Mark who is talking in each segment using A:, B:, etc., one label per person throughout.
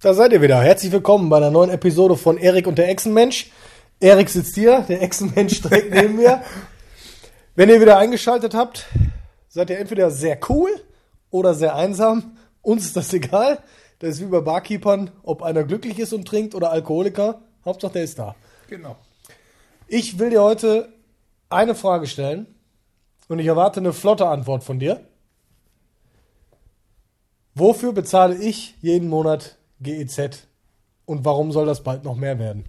A: Da seid ihr wieder. Herzlich willkommen bei einer neuen Episode von Erik und der Echsenmensch. Erik sitzt hier, der Echsenmensch direkt neben mir. Wenn ihr wieder eingeschaltet habt, seid ihr entweder sehr cool oder sehr einsam. Uns ist das egal. Das ist wie bei Barkeepern, ob einer glücklich ist und trinkt oder Alkoholiker. Hauptsache, der ist da.
B: Genau.
A: Ich will dir heute eine Frage stellen und ich erwarte eine flotte Antwort von dir. Wofür bezahle ich jeden Monat GEZ und warum soll das bald noch mehr werden?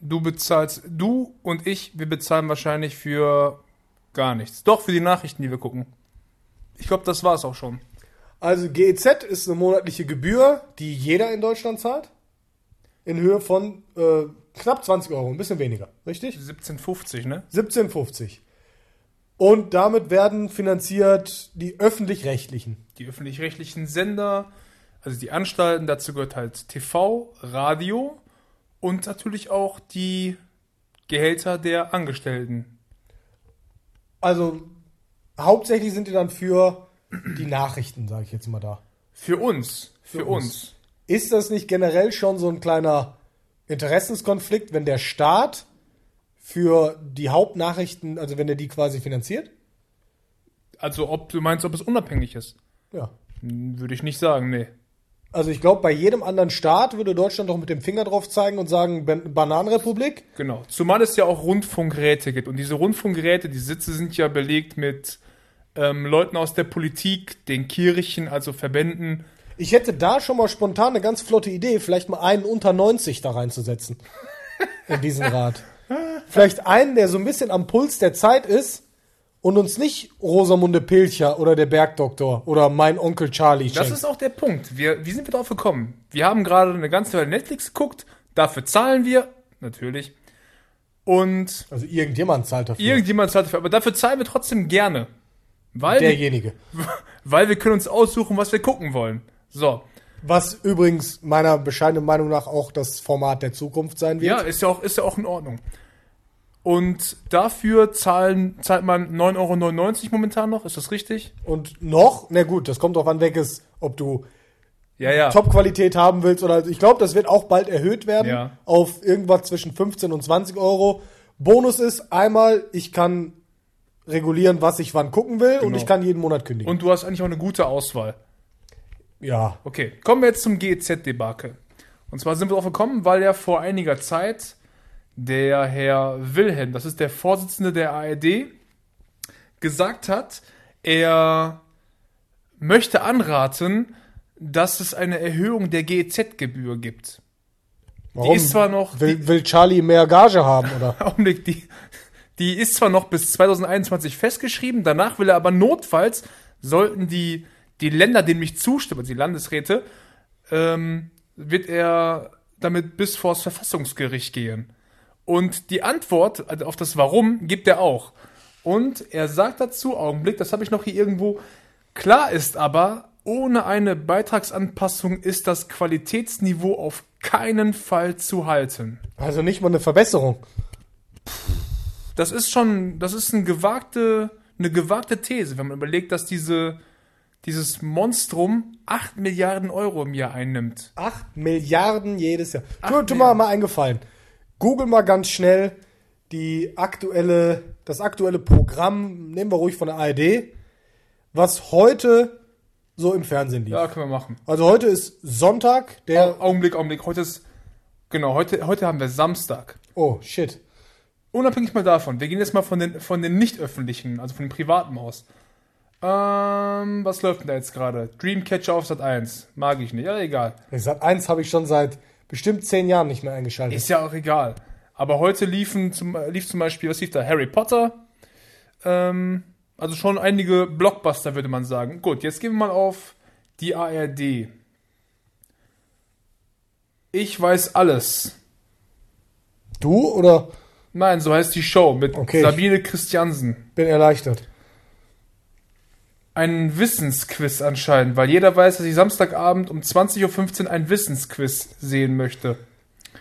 B: Du bezahlst, du und ich, wir bezahlen wahrscheinlich für gar nichts. Doch für die Nachrichten, die wir gucken. Ich glaube, das war es auch schon.
A: Also GEZ ist eine monatliche Gebühr, die jeder in Deutschland zahlt, in Höhe von äh, knapp 20 Euro, ein bisschen weniger, richtig?
B: 1750, ne?
A: 17,50. Und damit werden finanziert die öffentlich-rechtlichen.
B: Die öffentlich-rechtlichen Sender, also die Anstalten, dazu gehört halt TV, Radio und natürlich auch die Gehälter der Angestellten.
A: Also hauptsächlich sind die dann für die Nachrichten, sage ich jetzt mal da.
B: Für uns. Für, uns.
A: Ist das nicht generell schon so ein kleiner Interessenskonflikt, wenn der Staat für die Hauptnachrichten, also wenn er die quasi finanziert?
B: Also, ob du meinst, ob es unabhängig ist?
A: Ja.
B: Hm, Würde ich nicht sagen, nee.
A: Also ich glaube, bei jedem anderen Staat würde Deutschland doch mit dem Finger drauf zeigen und sagen, Ban Bananenrepublik.
B: Genau. Zumal es ja auch Rundfunkräte gibt. Und diese Rundfunkräte, die Sitze sind ja belegt mit ähm, Leuten aus der Politik, den Kirchen, also Verbänden.
A: Ich hätte da schon mal spontan eine ganz flotte Idee, vielleicht mal einen unter 90 da reinzusetzen. In diesen Rat. Vielleicht einen, der so ein bisschen am Puls der Zeit ist und uns nicht Rosamunde Pilcher oder der Bergdoktor oder mein Onkel Charlie
B: Das
A: schenkt.
B: ist auch der Punkt. Wir, wie sind wir drauf gekommen? Wir haben gerade eine ganze Weile Netflix geguckt, dafür zahlen wir, natürlich. Und
A: also irgendjemand zahlt dafür.
B: irgendjemand zahlt dafür, aber dafür zahlen wir trotzdem gerne. Weil wir,
A: Derjenige.
B: weil wir können uns aussuchen, was wir gucken wollen. So.
A: Was übrigens meiner bescheidenen Meinung nach auch das Format der Zukunft sein wird.
B: Ja, ist ja auch, ist ja auch in Ordnung. Und dafür zahlen, zahlt man 9,99 Euro momentan noch, ist das richtig?
A: Und noch, na gut, das kommt drauf an, weg ist, ob du
B: Ja, ja.
A: Top-Qualität haben willst oder ich glaube, das wird auch bald erhöht werden
B: Ja.
A: auf irgendwas zwischen 15 und 20 Euro. Bonus ist einmal, ich kann regulieren, was ich wann gucken will und
B: Genau.
A: ich kann jeden Monat kündigen.
B: Und du hast eigentlich auch eine gute Auswahl.
A: ja,
B: Okay, kommen wir jetzt zum GEZ-Debakel. Und zwar sind wir drauf gekommen, weil ja vor einiger Zeit der Herr Wilhelm, das ist der Vorsitzende der ARD, gesagt hat, er möchte anraten, dass es eine Erhöhung der GEZ-Gebühr gibt.
A: warum?
B: ist zwar noch-
A: will, will Charlie mehr Gage haben oder?
B: Augenblick, die, die ist zwar noch bis 2021 festgeschrieben, danach will er aber notfalls, sollten die, die Länder denen nicht zustimmen, also die Landesräte, ähm, wird er damit bis vor das Verfassungsgericht gehen. Und die Antwort also auf das Warum gibt er auch. Und er sagt dazu, Augenblick, das habe ich noch hier irgendwo, klar ist aber, ohne eine Beitragsanpassung ist das Qualitätsniveau auf keinen Fall zu halten.
A: Also nicht mal eine Verbesserung.
B: das ist schon, das ist eine gewagte, eine gewagte These, wenn man überlegt, dass diese, dieses Monstrum 8 Milliarden Euro im Jahr einnimmt.
A: 8 Milliarden jedes Jahr. Tu,
B: Acht
A: tu mal, mal eingefallen. Google mal ganz schnell die aktuelle, das aktuelle Programm, nehmen wir ruhig von der ARD, was heute so im Fernsehen lief.
B: Ja, können wir machen.
A: Also heute ist Sonntag, der.
B: Augenblick, Augenblick. Heute ist, genau, heute, heute haben wir Samstag.
A: Oh, shit.
B: Unabhängig mal davon, wir gehen jetzt mal von den, von den nicht öffentlichen, also von den privaten aus. Ähm, was läuft denn da jetzt gerade? Dreamcatcher auf Sat 1. Mag ich nicht, ja, egal.
A: Sat 1 habe ich schon seit bestimmt zehn Jahren nicht mehr eingeschaltet.
B: Ist ja auch egal. Aber heute liefen zum, lief zum Beispiel, was lief da? Harry Potter. Ähm, also schon einige Blockbuster, würde man sagen. Gut, jetzt gehen wir mal auf die ARD. Ich weiß alles.
A: du oder
B: Nein, so heißt die Show mit
A: Okay.
B: Sabine Christiansen.
A: bin erleichtert?
B: Ein Wissensquiz anscheinend, weil jeder weiß, dass ich Samstagabend um 20.15 Uhr ein Wissensquiz sehen möchte.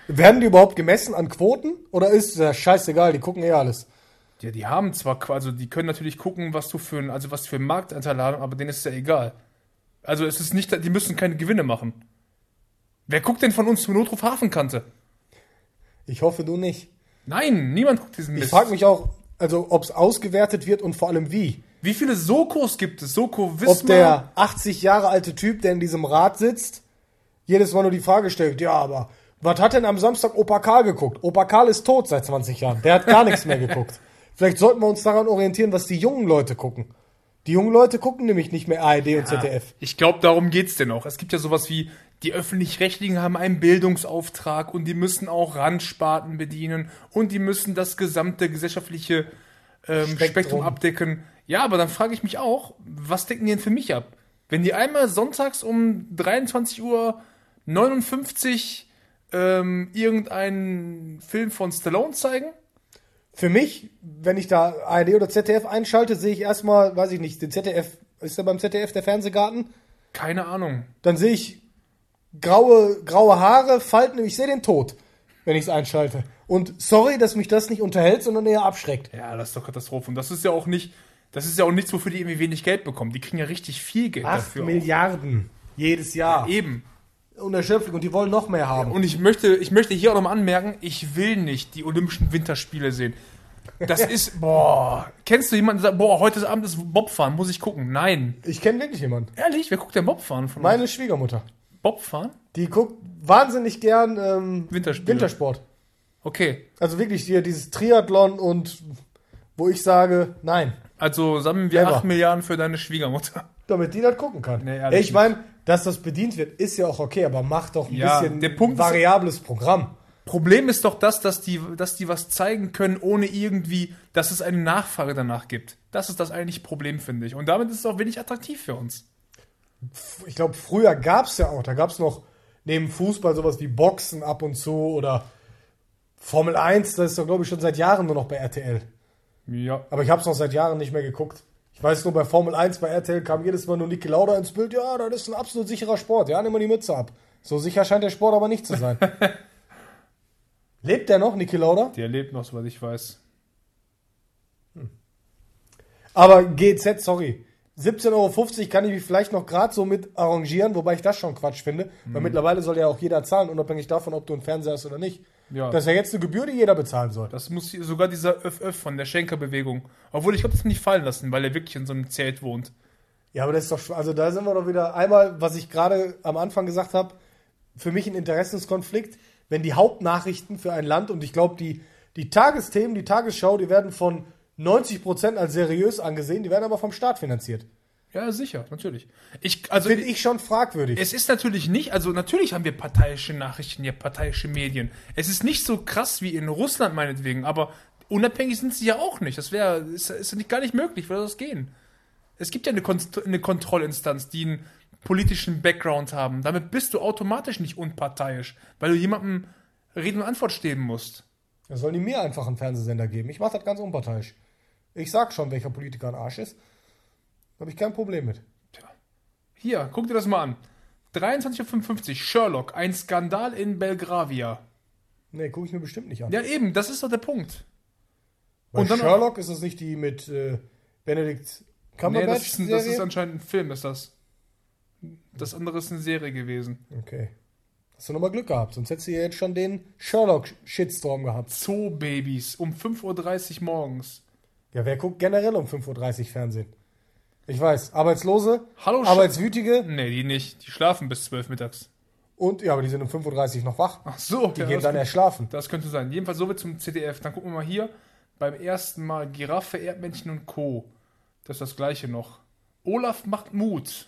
A: Werden die überhaupt gemessen an Quoten? Oder ist das scheißegal, die gucken eh alles?
B: Ja, die haben zwar, qua- also die können natürlich gucken, was du für einen, also was für einen Marktanteil haben, aber denen ist ja egal. Also es ist nicht, die müssen keine Gewinne machen. Wer guckt denn von uns zum Notruf Hafenkante?
A: Ich hoffe, du nicht.
B: Nein, niemand guckt diesen
A: Ich frage mich auch, also ob es ausgewertet wird und vor allem wie.
B: Wie viele Sokos gibt es? Soko Wismar?
A: Ob der 80 Jahre alte Typ, der in diesem Rad sitzt, jedes Mal nur die Frage stellt, ja, aber was hat denn am Samstag Opa Karl geguckt? Opa Karl ist tot seit 20 Jahren. Der hat gar nichts mehr geguckt. Vielleicht sollten wir uns daran orientieren, was die jungen Leute gucken. Die jungen Leute gucken nämlich nicht mehr ARD und ZDF.
B: Ich glaube, darum geht's denn auch. Es gibt ja sowas wie, die Öffentlich-Rechtlichen haben einen Bildungsauftrag und die müssen auch Randsparten bedienen und die müssen das gesamte gesellschaftliche ähm, Spektrum.
A: Spektrum
B: abdecken. Ja, aber dann frage ich mich auch, was decken die denn für mich ab? Wenn die einmal sonntags um 23 Uhr 59 ähm, irgendeinen Film von Stallone zeigen,
A: Für mich, wenn ich da ARD oder ZDF einschalte, sehe ich erstmal, weiß ich nicht, den ZDF, ist da beim ZDF der Fernsehgarten?
B: keine Ahnung.
A: Dann sehe ich graue, graue Haare, Falten, ich sehe den Tod, wenn ich es einschalte. Und sorry, dass mich das nicht unterhält, sondern eher abschreckt.
B: Ja, das ist doch Katastrophe. Und das ist ja auch nicht, das ist ja auch nichts, wofür die irgendwie wenig Geld bekommen. Die kriegen ja richtig viel Geld
A: Acht
B: dafür.
A: Milliarden jedes Jahr.
B: Eben.
A: Unerschöpflich und die wollen noch mehr haben.
B: Und ich möchte, ich möchte hier auch nochmal anmerken, ich will nicht die Olympischen Winterspiele sehen. Das ist, boah, kennst du jemanden, der sagt, boah, heute Abend ist Bobfahren, muss ich gucken? Nein.
A: ich kenne wirklich jemanden.
B: Ehrlich, wer guckt denn Bobfahren von
A: Meine Schwiegermutter.
B: euch? Bobfahren?
A: Die guckt wahnsinnig gern ähm,
B: Winterspiele.
A: Wintersport.
B: Okay,
A: Also wirklich hier dieses Triathlon und wo ich sage, nein,
B: also sammeln wir
A: Clever.
B: 8 Milliarden für deine Schwiegermutter.
A: damit die das gucken kann.
B: Nee, ehrlich
A: ich meine, dass das bedient wird, ist ja auch okay, aber mach doch ein
B: Ja,
A: bisschen
B: der Punkt ist-
A: variables Programm.
B: Problem ist doch das, dass die, dass die was zeigen können, ohne irgendwie, dass es eine Nachfrage danach gibt. Das ist das eigentliche Problem, finde ich. Und damit ist es auch wenig attraktiv für uns.
A: Ich glaube, früher gab es ja auch, da gab es noch neben Fußball sowas wie Boxen ab und zu oder Formel 1, das ist doch, glaube ich, schon seit Jahren nur noch bei RTL.
B: Ja.
A: Aber ich habe es noch seit Jahren nicht mehr geguckt. Ich weiß nur, bei Formel 1 bei RTL kam jedes Mal nur Niki Lauda ins Bild. Ja, das ist ein absolut sicherer Sport. Ja, nimm mal die Mütze ab. So sicher scheint der Sport aber nicht zu sein. Lebt der noch, Niki Lauda?
B: Der lebt noch, soweit ich weiß.
A: Aber GZ, sorry. 17,50 Euro kann ich mich vielleicht noch gerade so mit arrangieren, wobei ich das schon Quatsch finde. Weil mittlerweile soll ja auch jeder zahlen, unabhängig davon, ob du einen Fernseher hast oder nicht.
B: Ja.
A: Das ist ja jetzt eine Gebühr, die jeder bezahlen soll.
B: Das muss die- sogar dieser Öff-Öff von der Schenker-Bewegung. Obwohl, ich glaube, das nicht fallen lassen, weil er wirklich in so einem Zelt wohnt.
A: Ja, aber das ist doch, schon- also da sind wir doch wieder einmal, was ich gerade am Anfang gesagt habe, für mich ein Interessenskonflikt, wenn die Hauptnachrichten für ein Land und ich glaube, die, die Tagesthemen, die Tagesschau, die werden von 90 Prozent als seriös angesehen, die werden aber vom Staat finanziert.
B: Ja, sicher, natürlich. Ich, also,
A: Finde ich schon fragwürdig.
B: es ist natürlich nicht, also natürlich haben wir parteiische Nachrichten, ja, parteiische Medien. Es ist nicht so krass wie in Russland meinetwegen, aber unabhängig sind sie ja auch nicht. Das wäre, ist, ist nicht, gar nicht möglich, würde das gehen. Es gibt ja eine, Konst eine Kontrollinstanz, die einen politischen Background haben. Damit bist du automatisch nicht unparteiisch, weil du jemandem Rede und Antwort stehen musst.
A: Da sollen die mir einfach einen Fernsehsender geben. Ich mache das ganz unparteiisch. Ich sag schon, welcher Politiker ein Arsch ist. Habe ich kein Problem mit.
B: Hier, guck dir das mal an. 23.55 Uhr, Sherlock, ein Skandal in Belgravia.
A: Nee, gucke ich mir bestimmt nicht an.
B: Ja, eben, das ist doch der Punkt.
A: Bei
B: und dann auch-
A: Sherlock ist das nicht die mit äh, Benedict
B: Nee,
A: Cumberbatch?
B: das, ist, ein- das ist anscheinend ein Film, ist das. Das andere ist eine Serie gewesen.
A: Okay. Hast du nochmal Glück gehabt, sonst hättest du ja jetzt schon den Sherlock-Shitstorm gehabt.
B: Zoobabys um 5.30 Uhr morgens.
A: Ja, wer guckt generell um 5.30 Uhr Fernsehen? Ich weiß, Arbeitslose,
B: Hallo, Sch-
A: Arbeitswütige
B: Nee, die nicht. Die schlafen bis 12 mittags.
A: und, ja, aber die sind um 5.30 Uhr noch wach.
B: Ach so,
A: Die
B: ja,
A: gehen
B: das,
A: dann erst schlafen.
B: das könnte sein. Jedenfalls so wie zum CDF. Dann gucken wir mal hier. Beim ersten Mal Giraffe, Erdmännchen und Co. Das ist das gleiche noch. Olaf macht Mut.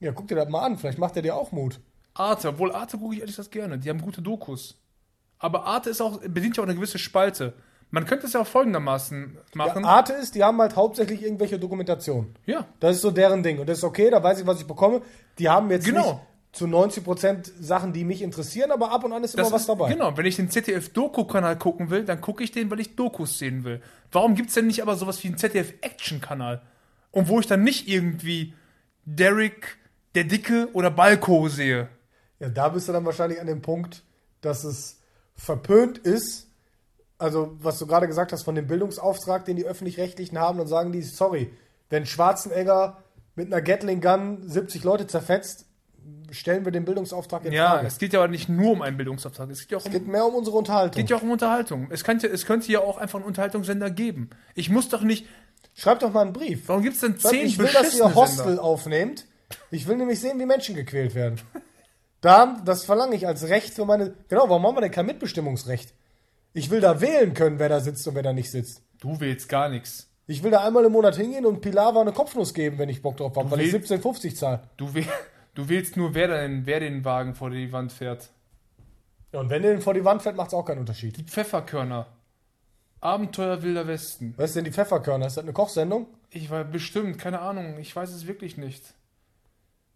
A: Ja, guck dir das mal an, vielleicht macht er dir auch Mut.
B: Arte, obwohl Arte gucke ich ehrlich das gerne. Die haben gute Dokus. Aber Arte ist auch, bedient ja auch eine gewisse Spalte. Man könnte es ja auch folgendermaßen
A: Ja,
B: machen. Ja,
A: Arte ist, die haben halt hauptsächlich irgendwelche Dokumentationen. Das ist so deren Ding. Und das ist okay, da weiß ich, was ich bekomme. Die haben jetzt
B: Genau.
A: nicht zu 90% Sachen, die mich interessieren, aber ab und an ist immer
B: das
A: was
B: ist-
A: dabei.
B: Genau, wenn ich den ZDF-Doku-Kanal gucken will, dann gucke ich den, weil ich Dokus sehen will. Warum gibt es denn nicht aber sowas wie einen ZDF-Action-Kanal? Und wo ich dann nicht irgendwie Derek, der Dicke oder Balko sehe.
A: Ja, da bist du dann wahrscheinlich an dem Punkt, dass es verpönt ist. Also, was du gerade gesagt hast von dem Bildungsauftrag, den die Öffentlich-Rechtlichen haben, dann sagen die, sorry, wenn Schwarzenegger mit einer Gatling Gun 70 Leute zerfetzt, stellen wir den Bildungsauftrag in
B: Ja,
A: Frage.
B: es geht ja aber nicht nur um einen Bildungsauftrag. Es geht ja auch
A: Es
B: um,
A: geht mehr um unsere Unterhaltung.
B: geht ja auch um Unterhaltung. Es könnte, es könnte ja auch einfach einen Unterhaltungssender geben. Ich muss doch nicht.
A: Schreibt doch mal einen Brief.
B: Warum gibt's denn zehn
A: ich will, dass ihr
B: beschissene
A: Hostel
B: Sender?
A: aufnehmt. Ich will nämlich sehen, wie Menschen gequält werden. Da, das verlange ich als Recht für meine. Genau, warum haben wir denn kein Mitbestimmungsrecht? Ich will da wählen können, wer da sitzt und wer da nicht sitzt.
B: Du willst gar nichts.
A: Ich will da einmal im Monat hingehen und Pilawa eine Kopfnuss geben, wenn ich Bock drauf habe, weil ich
B: will-
A: 17,50 zahle.
B: Du, will, du willst nur, wer, denn, wer den Wagen vor die Wand fährt.
A: Ja, und wenn der den vor die Wand fällt, macht's auch keinen Unterschied.
B: Die Pfefferkörner. Abenteuer Wilder Westen.
A: Was ist denn die Pfefferkörner? Ist das eine Kochsendung?
B: Ich war bestimmt, keine Ahnung, ich weiß es wirklich nicht.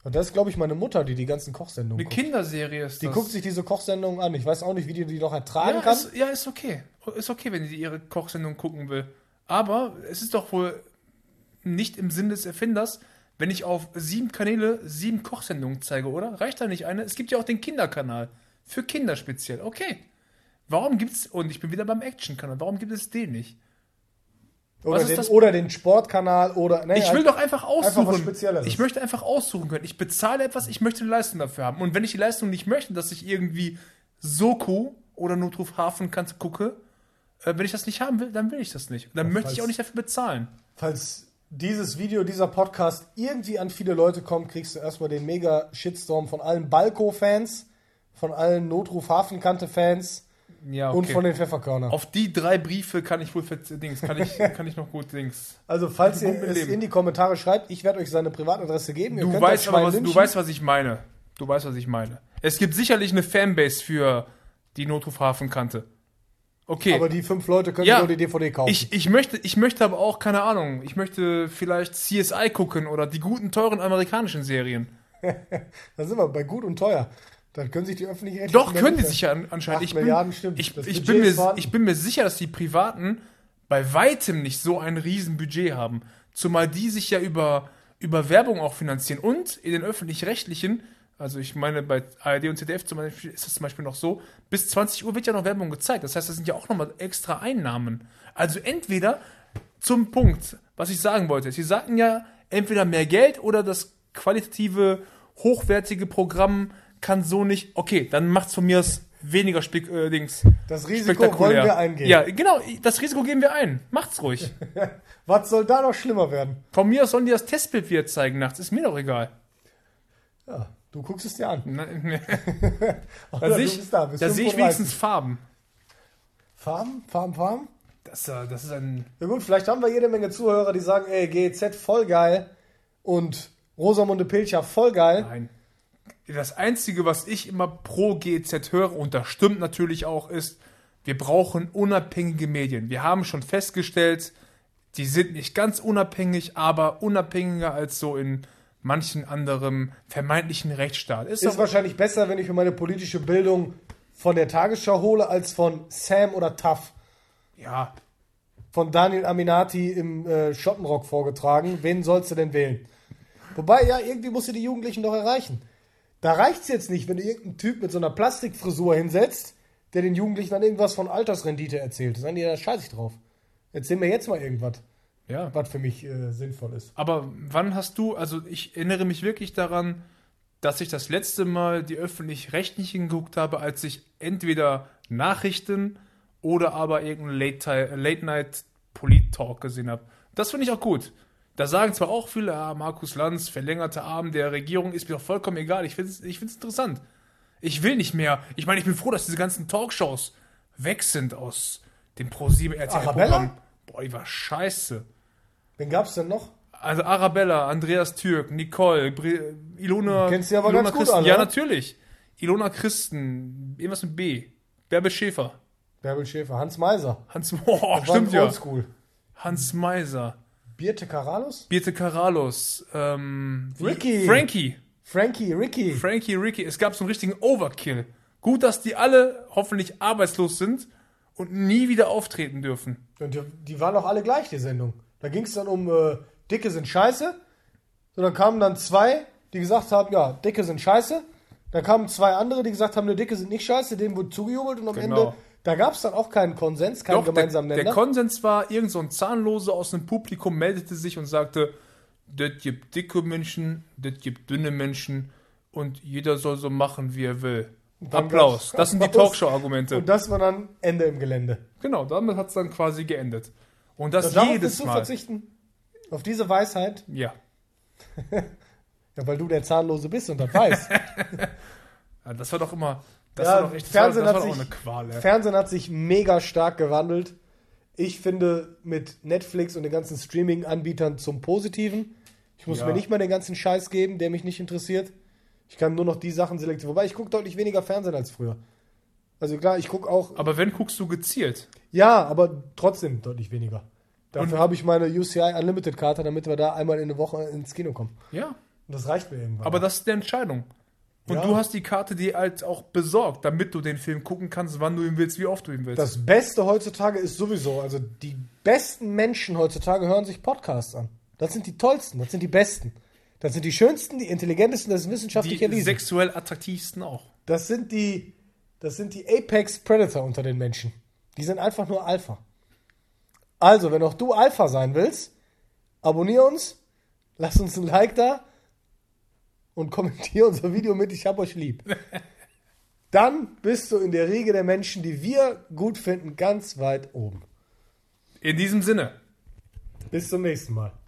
A: Und das ist, glaube ich, meine Mutter, die die ganzen Kochsendungen
B: Eine
A: guckt.
B: Kinderserie ist
A: Die
B: das.
A: guckt sich diese Kochsendungen an. Ich weiß auch nicht, wie die die noch ertragen
B: ja,
A: kann.
B: ist, ja, ist okay. Ist okay, wenn sie ihre Kochsendung gucken will. Aber es ist doch wohl nicht im Sinn des Erfinders, wenn ich auf sieben Kanäle sieben Kochsendungen zeige, oder? Reicht da nicht eine? Es gibt ja auch den Kinderkanal. Für Kinder speziell. Okay. Warum gibt's, und ich bin wieder beim Action-Kanal, warum gibt es den nicht?
A: Oder
B: Was ist
A: den,
B: das-
A: oder den Sportkanal oder. Nee,
B: Ich will doch einfach
A: was
B: aussuchen.
A: Spezielleres.
B: ich möchte einfach aussuchen können. Ich bezahle etwas, ich möchte eine Leistung dafür haben. Und wenn ich die Leistung nicht möchte, dass ich irgendwie Soko oder Notruf Hafenkante gucke, äh, wenn ich das nicht haben will, dann will ich das nicht. Und Dann möchte ich
A: falls-
B: auch nicht dafür bezahlen.
A: Falls dieses Video, dieser Podcast irgendwie an viele Leute kommt, kriegst du erstmal den mega Shitstorm von allen Balko-Fans, von allen Notruf-Hafenkante-Fans
B: Ja,
A: und von den Pfefferkörnern.
B: Auf die drei Briefe kann ich wohl für Dings, kann ich, kann ich noch gut Dings.
A: Also, falls ihr
B: gut mit
A: es
B: leben.
A: in die Kommentare schreibt, ich werde euch seine Privatadresse geben. Ihr
B: Du
A: könnt
B: weißt
A: das Schwein
B: aber, was, du
A: lynchen.
B: weißt, was ich meine. Du weißt, was ich meine. Es gibt sicherlich eine Fanbase für die Notruf Hafenkante. Okay.
A: aber die fünf Leute können
B: Ja.
A: nur die DVD kaufen.
B: Ich, ich, möchte, ich möchte aber auch, keine Ahnung, ich möchte vielleicht CSI gucken oder die guten, teuren amerikanischen Serien.
A: da sind wir bei gut und teuer. Dann können sich die öffentlich
B: Doch, können die sich ja an- anscheinend.
A: Acht
B: Ich bin,
A: Milliarden, stimmt.
B: Ich,
A: Das
B: ich,
A: Budget
B: bin
A: ist
B: mir,
A: vorhanden.
B: ich bin mir sicher, dass die Privaten bei weitem nicht so ein Riesenbudget haben. Zumal die sich ja über, über Werbung auch finanzieren. Und in den öffentlich-rechtlichen, also ich meine bei ARD und ZDF zum Beispiel ist das zum Beispiel noch so, bis 20 Uhr wird ja noch Werbung gezeigt. Das heißt, das sind ja auch nochmal extra Einnahmen. Also entweder zum Punkt, was ich sagen wollte. Sie sagten ja, entweder mehr Geld oder das qualitative, hochwertige Programm kann so nicht. Okay, dann macht's von mir aus weniger Spek äh, Dings.
A: Das Risiko wollen wir eingehen.
B: Ja, genau, das Risiko geben wir ein. Macht's ruhig.
A: Was soll da noch schlimmer werden?
B: Von mir aus sollen die das Testbild wieder zeigen nachts, ist mir doch egal.
A: Ja, du guckst es dir an.
B: Ne- Da
A: Oder
B: sehe
A: du
B: ich,
A: bist da,
B: da,
A: bist
B: seh ich
A: 35.
B: wenigstens Farben.
A: Farben, Farben, Farben.
B: Das, äh, das ist ein.
A: Ja gut, vielleicht haben wir jede Menge Zuhörer, die sagen, ey, GEZ voll geil und Rosamunde Pilcher voll geil.
B: Nein. Das Einzige, was ich immer pro GEZ höre, und das stimmt natürlich auch, ist, wir brauchen unabhängige Medien. Wir haben schon festgestellt, die sind nicht ganz unabhängig, aber unabhängiger als so in manchen anderen vermeintlichen Rechtsstaat. Ist,
A: Ist
B: doch,
A: wahrscheinlich besser, wenn ich mir meine politische Bildung von der Tagesschau hole, als von Sam oder Tuff.
B: ja,
A: Von Daniel Aminati im äh, Schottenrock vorgetragen. Wen sollst du denn wählen? Wobei, ja, irgendwie musst du die Jugendlichen doch erreichen. Da reicht's jetzt nicht, wenn du irgendeinen Typ mit so einer Plastikfrisur hinsetzt, der den Jugendlichen dann irgendwas von Altersrendite erzählt. Sagen die, da scheiß ich drauf. Erzähl mir jetzt mal irgendwas,
B: ja.
A: was für mich äh, sinnvoll ist.
B: Aber wann hast du, also ich erinnere mich wirklich daran, dass ich das letzte Mal die öffentlich-rechtlichen geguckt habe, als ich entweder Nachrichten oder aber irgendeinen Late- Late-Night-Polit-Talk gesehen habe. Das finde ich auch gut. Da sagen zwar auch viele, ah, Markus Lanz, verlängerte Arm der Regierung, ist mir doch vollkommen egal. Ich finde es ich find's interessant. Ich will nicht mehr. Ich meine, ich bin froh, dass diese ganzen Talkshows weg sind aus dem ProSieben RTL-Programm.
A: Arabella?
B: Boah, die war scheiße.
A: Wen gab's denn noch?
B: Also Arabella, Andreas Türk, Nicole, Bri Ilona.
A: Kennst du aber
B: Ilona
A: ganz gut
B: Christen.
A: alle,
B: Ja,
A: oder?
B: natürlich. Ilona Christen, irgendwas mit B. Bärbel Schäfer.
A: Bärbel Schäfer, Hans Meiser.
B: Hans, boah,
A: War
B: stimmt
A: ein
B: ja.
A: Oldschool.
B: Hans Meiser.
A: Birte Karalus?
B: Birte Karalus. Ähm, wie-
A: Ricky.
B: Frankie.
A: Frankie, Ricky.
B: Frankie, Ricky. Es gab so einen richtigen Overkill. Gut, dass die alle hoffentlich arbeitslos sind und nie wieder auftreten dürfen.
A: Und die, die waren doch alle gleich, die Sendung. Da ging es dann um äh, Dicke sind scheiße. So, dann kamen dann zwei, die gesagt haben, ja, Dicke sind scheiße. Dann kamen zwei andere, die gesagt haben, ne, Dicke sind nicht scheiße. Dem wurde zugejubelt und am
B: Genau.
A: Ende, da gab es dann auch keinen Konsens, keinen
B: Doch,
A: gemeinsamen
B: der, der
A: Nenner.
B: Konsens war, irgend so ein Zahnloser aus dem Publikum meldete sich und sagte, das gibt dicke Menschen, das gibt dünne Menschen und jeder soll so machen, wie er will. Applaus. Das sind die
A: Applaus.
B: Talkshow-Argumente.
A: Und das war dann Ende im Gelände.
B: Genau, damit hat es dann quasi geendet. Und
A: Da
B: das
A: darauf
B: jedes
A: willst du
B: Mal.
A: verzichten. Auf diese Weisheit.
B: Ja.
A: Ja, weil du der Zahnlose bist und das weißt.
B: Ja, Das war doch immer. Das
A: Ja,
B: war doch echt
A: Fernsehen
B: das
A: hat
B: war doch auch
A: sich-
B: eine Qual. ey.
A: Fernsehen hat sich mega stark gewandelt. Ich finde mit Netflix und den ganzen Streaming-Anbietern zum Positiven. Ich muss
B: Ja.
A: mir nicht mal den ganzen Scheiß geben, der mich nicht interessiert. Ich kann nur noch die Sachen selektieren. Wobei ich gucke deutlich weniger Fernsehen als früher. Also klar, ich gucke auch.
B: Aber wenn guckst du gezielt?
A: Ja, aber trotzdem deutlich weniger. Dafür habe ich meine UCI Unlimited-Karte, damit wir da einmal in der Woche ins Kino kommen.
B: Ja.
A: Und das reicht mir irgendwann.
B: Aber das ist die Entscheidung. Und
A: Ja.
B: du hast die Karte dir halt auch besorgt, damit du den Film gucken kannst, wann du ihn willst, wie oft du ihn willst.
A: Das Beste heutzutage ist sowieso, also die besten Menschen heutzutage hören sich Podcasts an. Das sind die tollsten, das sind die besten. Das sind die schönsten, die intelligentesten, das ist
B: die
A: wissenschaftlich erwiesen.
B: sexuell attraktivsten auch.
A: Das sind die, das sind die Apex Predator unter den Menschen. Die sind einfach nur Alpha. Also, wenn auch du Alpha sein willst, abonnier uns, lass uns ein Like da und kommentier unser Video mit. Ich hab euch lieb. Dann bist du in der Riege der Menschen, die wir gut finden, ganz weit oben.
B: In diesem Sinne.
A: Bis zum nächsten Mal.